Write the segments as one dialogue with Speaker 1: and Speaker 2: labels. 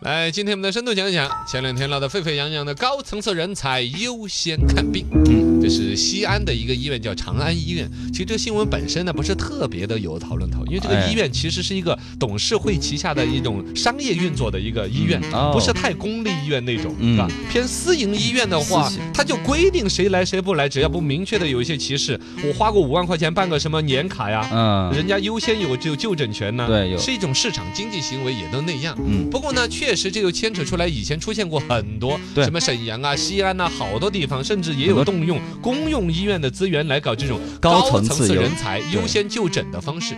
Speaker 1: 来，今天我们的深度讲一讲前两天闹得沸沸扬扬的高层次人才优先看病。嗯，这是西安的一个医院，叫长安医院。其实这个新闻本身呢，不是特别的有讨论头，因为这个
Speaker 2: 哎
Speaker 1: 医院其实是一个董事会旗下的一种商业运作的一个医院，
Speaker 2: 哦
Speaker 1: 不是太公立医院那种，
Speaker 2: 嗯
Speaker 1: 是吧？偏私营医院的话
Speaker 2: 私，
Speaker 1: 它就规定谁来谁不来，只要不明确的有一些歧视，我花过五万块钱办个什么年卡呀，
Speaker 2: 嗯
Speaker 1: 人家优先有就就诊权呢，
Speaker 2: 对有
Speaker 1: 是一种市场经济行为，也都那样。
Speaker 2: 嗯
Speaker 1: 不过呢，确实这就牵扯出来，以前出现过很多，
Speaker 2: 对
Speaker 1: 什么沈阳啊、西安呐、好多地方，甚至也有
Speaker 2: 很多
Speaker 1: 动用公用医院的资源来搞这种
Speaker 2: 高
Speaker 1: 层
Speaker 2: 层次
Speaker 1: 次
Speaker 2: 有
Speaker 1: 人才优先就诊的方式。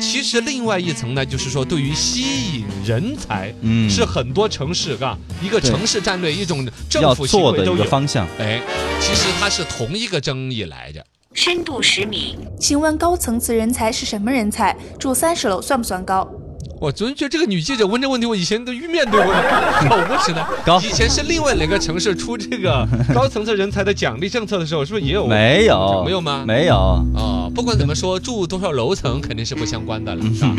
Speaker 1: 其实另外一层呢，就是说对于吸引人才，
Speaker 2: 嗯
Speaker 1: 是很多城市啊一个
Speaker 2: 对
Speaker 1: 城市战略，一种政
Speaker 2: 要
Speaker 1: 府行
Speaker 2: 做
Speaker 1: 为
Speaker 2: 的
Speaker 1: 都
Speaker 2: 一
Speaker 1: 有
Speaker 2: 个。方向。
Speaker 1: 哎，其实它是同一个争议来着。
Speaker 3: 深度十米，
Speaker 4: 请问高层次人才是什么人才？住三十楼算不算高？
Speaker 1: 我总觉得这个女记者问这问题，我以前都面对 过，好无耻呢。
Speaker 2: 高
Speaker 1: 以前是另外哪个城市出这个高层次人才的奖励政策的时候，是不是也有？
Speaker 2: 没有，
Speaker 1: 没有吗
Speaker 2: 没有，
Speaker 1: 哦，不管怎么说，住多少楼层肯定是不相关的 了，是吧？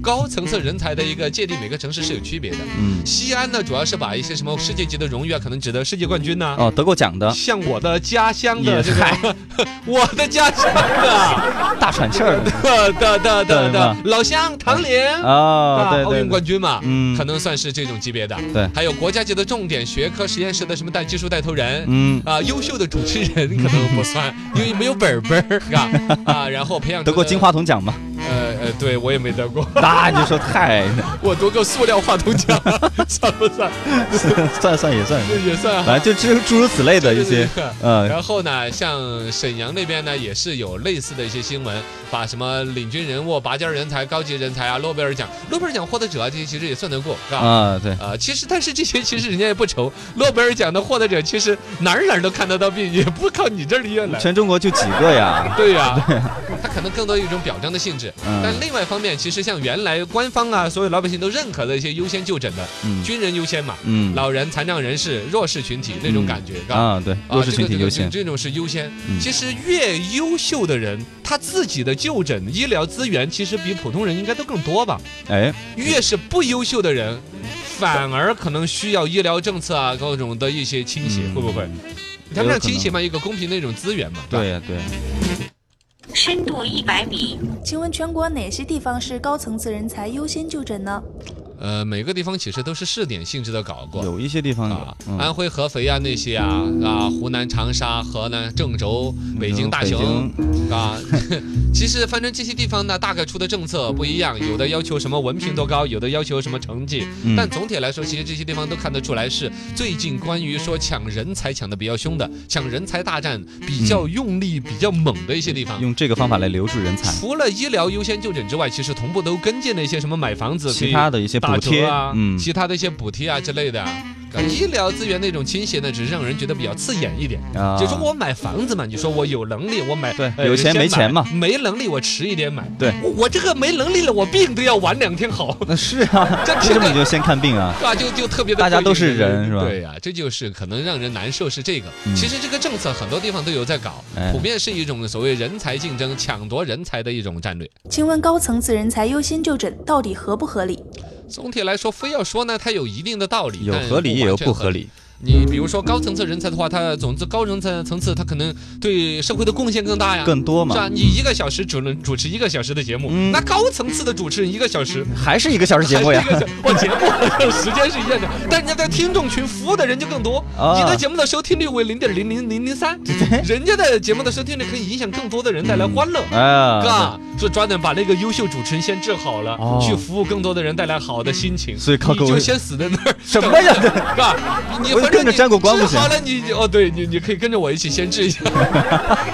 Speaker 1: 高层次人才的一个界定，每个城市是有区别的。
Speaker 2: 嗯，
Speaker 1: 西安呢，主要是把一些什么世界级的荣誉啊，可能指的世界冠军呐、
Speaker 2: 哦，得过奖的，
Speaker 1: 像我的家乡的
Speaker 2: 也
Speaker 1: 这个， 我的家乡 的
Speaker 2: 大喘气儿的
Speaker 1: 的的的的
Speaker 2: 对吧
Speaker 1: 的老乡唐林
Speaker 2: 啊，
Speaker 1: 啊，
Speaker 2: 对
Speaker 1: 奥
Speaker 2: 对
Speaker 1: 运
Speaker 2: 对，
Speaker 1: 冠军嘛，
Speaker 2: 嗯
Speaker 1: 可能算是这种级别的。
Speaker 2: 对
Speaker 1: 还有国家级的重点学科实验室的什么带技术带头人。
Speaker 2: 嗯，
Speaker 1: 啊，优秀的主持人可能不算，因为没有本本儿， 啊啊，然后培养
Speaker 2: 得过金
Speaker 1: 花，
Speaker 2: 话筒奖吗？
Speaker 1: 呃呃，对我也没得过，
Speaker 2: 那你说太，
Speaker 1: 我得过塑料话筒奖， 算不算？
Speaker 2: 算算也算，
Speaker 1: 也算哈
Speaker 2: 反正就诸诸如此类的一些
Speaker 1: 对对对，
Speaker 2: 呃，
Speaker 1: 然后呢，像沈阳那边呢，也是有类似的一些新闻，把什么领军人物、拔尖儿人才、高级人才啊、诺贝尔奖、诺贝尔奖获得者啊，这些其实也算得过，是吧？
Speaker 2: 啊，对，
Speaker 1: 啊、其实但是这些其实人家也不愁，诺贝尔奖的获得者其实哪儿哪儿都看得到病，也不靠你这儿医院来。
Speaker 2: 全中国就几个呀，
Speaker 1: 对呀、它可能更多有一种表彰的性质。
Speaker 2: 啊嗯
Speaker 1: 但另外一方面，其实像原来官方啊，所有老百姓都认可的一些优先就诊的，
Speaker 2: 嗯
Speaker 1: 军人优先嘛，
Speaker 2: 嗯，
Speaker 1: 老人、残障人士、弱势群体那种感觉，是吧
Speaker 2: 啊，对，
Speaker 1: 啊
Speaker 2: 弱势群体优先，
Speaker 1: 这个这个这种是优先。
Speaker 2: 嗯
Speaker 1: 其实越优秀的人，他自己的就诊医疗资源其实比普通人应该都更多吧。
Speaker 2: 哎，
Speaker 1: 越是不优秀的人，反而可能需要医疗政策啊各种的一些倾斜，
Speaker 2: 嗯
Speaker 1: 会不会？他们让倾斜嘛，一个公平的一种资源嘛。是吧
Speaker 2: 对呀，对，
Speaker 3: 深度一百米，
Speaker 4: 请问全国哪些地方是高层次人才优先就诊呢？
Speaker 1: 呃，每个地方其实都是试点性质的搞过。
Speaker 2: 有一些地方
Speaker 1: 啊
Speaker 2: 有，，嗯，
Speaker 1: 安徽合肥啊那些啊啊，湖南长沙、河南郑州、北京大
Speaker 2: 嗯北
Speaker 1: 兴
Speaker 2: 京，
Speaker 1: 啊， 其实反正这些地方呢，大概出的政策不一样，有的要求什么文凭多高，有的要求什么成绩，
Speaker 2: 嗯
Speaker 1: 但总体来说，其实这些地方都看得出来是最近关于说抢人才抢的比较凶的，抢人才大战比较
Speaker 2: 嗯
Speaker 1: 用力、比较猛的一些地方。
Speaker 2: 用这个方法来留住人才，
Speaker 1: 除了医疗优先就诊之外，其实同步都跟进了一些什么买房子、
Speaker 2: 其他的一些补
Speaker 1: 打
Speaker 2: 贴
Speaker 1: 折啊，，
Speaker 2: 嗯，
Speaker 1: 其他的一些补贴啊之类的啊。医疗资源那种倾斜呢，只是让人觉得比较刺眼一点。
Speaker 2: 啊
Speaker 1: 就说我买房子嘛，你说我有能力，我买
Speaker 2: 对
Speaker 1: 呃
Speaker 2: 有钱
Speaker 1: 先
Speaker 2: 没钱
Speaker 1: 买
Speaker 2: 嘛
Speaker 1: 没能力我迟一点买。
Speaker 2: 对
Speaker 1: 我，我这个没能力了，我病都要晚两天好，
Speaker 2: 那是 啊，
Speaker 1: 这
Speaker 2: 为
Speaker 1: 听
Speaker 2: 什么
Speaker 1: 着
Speaker 2: 你就先看病啊？
Speaker 1: 是吧？就就特别的，
Speaker 2: 大家都是人是吧
Speaker 1: 对呀、啊这就是可能让人难受是这个。
Speaker 2: 嗯
Speaker 1: 其实这个政策很多地方都有在搞，
Speaker 2: 哎
Speaker 1: 普遍是一种所谓人才竞争、抢夺人才的一种战略。
Speaker 4: 请问高层次人才优先就诊到底合不合理？
Speaker 1: 总体来说，非要说呢，它有一定的道理，
Speaker 2: 哎有
Speaker 1: 但
Speaker 2: 合理也有
Speaker 1: 完全
Speaker 2: 不合理，
Speaker 1: 你比如说高层次人才的话，他总之高层次层次，他可能对社会的贡献更大呀，
Speaker 2: 更多
Speaker 1: 是
Speaker 2: 嘛
Speaker 1: 吧？，你一个小时只能主持一个小时的节目，
Speaker 2: 嗯
Speaker 1: 那高层次的主持人一个小时。
Speaker 2: 哎还是一个小 时节目呀
Speaker 1: 还，是一个小，我节目好像时间是一样的，但人家在听众群服务的人就更多。
Speaker 2: 啊
Speaker 1: 你的节目的收听率为零点零零零零三，人家的节目的收听率可以影响更多的人带来欢乐。
Speaker 2: 啊，
Speaker 1: 哥，说抓紧把那个优秀主持人先治好了，
Speaker 2: 哦
Speaker 1: 去服务更多的人，带来好的心情。
Speaker 2: 所以靠各
Speaker 1: 你
Speaker 2: 位
Speaker 1: 就先死在那儿，
Speaker 2: 什么呀
Speaker 1: 等着？ 哥，你
Speaker 2: 我
Speaker 1: 反
Speaker 2: 就
Speaker 1: 正
Speaker 2: 跟着
Speaker 1: 你
Speaker 2: 沾过光不行
Speaker 1: 治好了你哦，对你你可以跟着我一起先治一 下，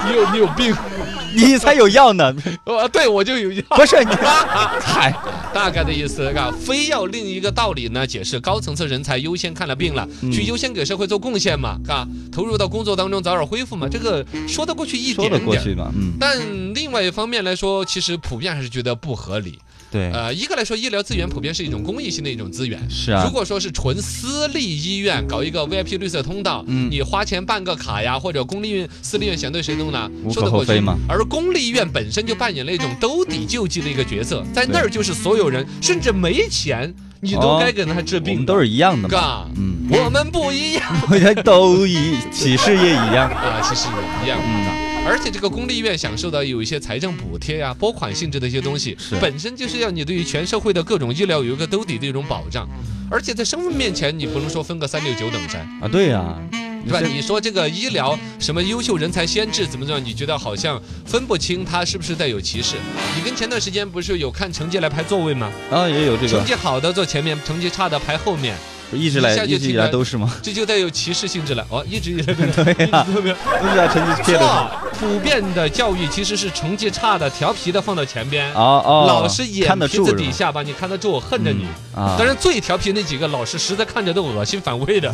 Speaker 1: 你有你有病，
Speaker 2: 你才有药 呢，
Speaker 1: 哦，对我就有药。
Speaker 2: 不是你， 嗨，
Speaker 1: 大概的意思，啊，非要另一个道理呢解释高层次人才优先看了病了，
Speaker 2: 嗯
Speaker 1: 去优先给社会做贡献嘛，啊，投入到工作当中早点恢复嘛，这个说得过去一
Speaker 2: 说
Speaker 1: 点
Speaker 2: 得
Speaker 1: 点。
Speaker 2: 过去嘛，嗯。
Speaker 1: 但另外一方面来说，其实普遍还是觉得不合理。
Speaker 2: 对，
Speaker 1: 呃，一个来说，医疗资源普遍是一种公益性的一种资源。
Speaker 2: 哎是啊
Speaker 1: 如果说是纯私立医院搞一个 VIP 绿色通道，
Speaker 2: 嗯
Speaker 1: 你花钱办个卡呀，或者公立院、私立院选对谁弄呢？
Speaker 2: 无可
Speaker 1: 说得过
Speaker 2: 厚非
Speaker 1: 去
Speaker 2: 嘛。
Speaker 1: 而公立医院本身就扮演了一种兜底救济的一个角色，在那儿就是所有人，甚至没钱，你都
Speaker 2: 哦
Speaker 1: 该给他治
Speaker 2: 我
Speaker 1: 病
Speaker 2: 们
Speaker 1: 的。
Speaker 2: 都是一样的 嘛，
Speaker 1: 嘎，
Speaker 2: 嗯，
Speaker 1: 我们不一样。
Speaker 2: 我觉得都一，起事也一样，
Speaker 1: 啊，其实也一样
Speaker 2: 嗯
Speaker 1: 的。而且这个公立医院享受到有一些财政补贴呀、拨款性质的一些东西
Speaker 2: 是，
Speaker 1: 本身就是要你对于全社会的各种医疗有一个兜底的一种保障。而且在身份面前，你不能说分个三六九等山，
Speaker 2: 啊，对呀、
Speaker 1: 对吧？
Speaker 2: 这
Speaker 1: 你说这个医疗什么优秀人才先至怎么着？你觉得好像分不清它是不是带有歧视？你跟前段时间不是有看成绩来排座位吗？
Speaker 2: 啊也有这
Speaker 1: 成
Speaker 2: 个，
Speaker 1: 绩好的坐前面，成绩差的排后面，
Speaker 2: 一直来
Speaker 1: 一下就
Speaker 2: 一直以
Speaker 1: 听到
Speaker 2: 来都是吗？
Speaker 1: 这就带有歧视性质了。哦，一直以来都
Speaker 2: 对 呀、
Speaker 1: 特别。
Speaker 2: 都是要成绩贴的，
Speaker 1: 错，普遍的教育其实是成绩差的、调皮的放到前边，
Speaker 2: 哦哦，
Speaker 1: 老师眼
Speaker 2: 看得
Speaker 1: 皮
Speaker 2: 住
Speaker 1: 子
Speaker 2: 是
Speaker 1: 底
Speaker 2: 吧？
Speaker 1: 下把你看得住，恨着你。
Speaker 2: 啊，
Speaker 1: 当然，最调皮那几个老师实在看着都恶心反胃 的，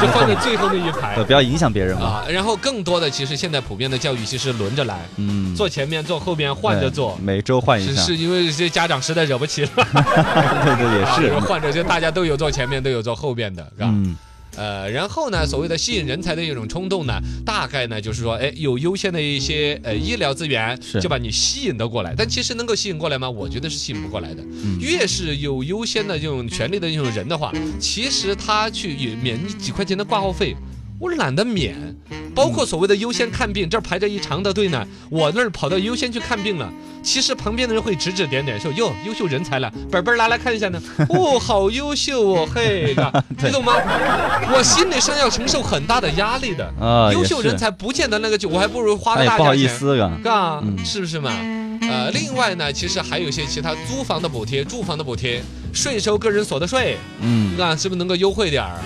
Speaker 1: 就放在最后那一排
Speaker 2: 对，不要影响别人嘛，
Speaker 1: 啊。然后更多的，其实现在普遍的教育其实轮着来，
Speaker 2: 嗯，
Speaker 1: 坐前面、坐后面换着
Speaker 2: 对嗯
Speaker 1: 坐，
Speaker 2: 每周换一
Speaker 1: 是
Speaker 2: 下，
Speaker 1: 是因为这些家长实在惹不起了，
Speaker 2: 对对也
Speaker 1: 啊
Speaker 2: 是，
Speaker 1: 换着就大家都有坐前面，都有坐后面的，是吧？
Speaker 2: 嗯，
Speaker 1: 呃，然后呢，所谓的吸引人才的一种冲动呢，大概呢就是说，哎，有优先的一些呃医疗资源
Speaker 2: 是，
Speaker 1: 就把你吸引得过来。但其实能够吸引过来吗？我觉得是吸引不过来的。越是有优先的这种权利的这种人的话，其实他去也免你几块钱的挂号费。我懒得免，包括所谓的优先看病，这儿排着一长的队呢，我那儿跑到优先去看病了。其实旁边的人会指指点点，说：“哟，优秀人才了，本本儿拿来看一下 呢。哦，好优秀哦，嘿，嘎你懂吗？我心理上要承受很大的压力的。
Speaker 2: 啊，
Speaker 1: 优
Speaker 2: 也
Speaker 1: 秀人
Speaker 2: 是
Speaker 1: 才不见得那个就，我还不如花
Speaker 2: 那
Speaker 1: 个
Speaker 2: 也
Speaker 1: 大
Speaker 2: 不好
Speaker 1: 价
Speaker 2: 意
Speaker 1: 钱。
Speaker 2: 思啊，
Speaker 1: 嘎
Speaker 2: 嗯，
Speaker 1: 是不是嘛？呃，另外呢，其实还有一些其他租房的补贴、住房的补贴、税收个人所得税，
Speaker 2: 嗯，
Speaker 1: 那是不是能够优惠点儿？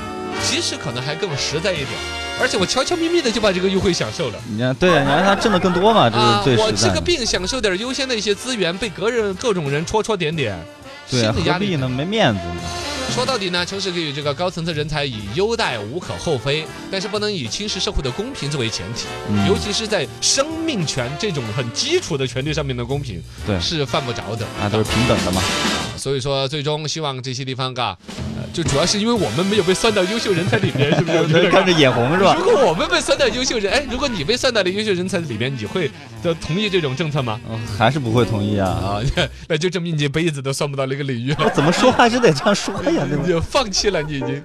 Speaker 1: 其实可能还更实在一点，而且我悄悄咪咪的就把这个优惠享受了。
Speaker 2: 你看，对，你让他挣的更多嘛，这
Speaker 1: 啊
Speaker 2: 是，最
Speaker 1: 我
Speaker 2: 实
Speaker 1: 这
Speaker 2: 在
Speaker 1: 个
Speaker 2: 的。
Speaker 1: 病享受点优先的一些资源，被各人各种人戳戳点点，
Speaker 2: 对，啊
Speaker 1: 心理
Speaker 2: 何
Speaker 1: 压力
Speaker 2: 必呢？没面子呢。
Speaker 1: 说到底呢，城市给予这个高层次人才以优待无可厚非，但是不能以侵蚀社会的公平作为前提，
Speaker 2: 嗯
Speaker 1: 尤其是在生命权这种很基础的权利上面的公平，
Speaker 2: 对
Speaker 1: 是犯不着的。
Speaker 2: 啊，都是平 等的嘛。
Speaker 1: 所以说，最终希望这些地方嘎，呃，就主要是因为我们没有被算到优秀人才里面，是不是？ 我觉得
Speaker 2: 看着眼红是吧？
Speaker 1: 如果我们被算到优秀人，哎，如果你被算到了优秀人才里面，你会呃同意这种政策吗？
Speaker 2: 哦还是不会同意啊！哦
Speaker 1: 啊，那就证明你一辈子都算不到那个领域了，
Speaker 2: 我怎么说话还是得这样说呀，对吧？
Speaker 1: 你就放弃了，你已经。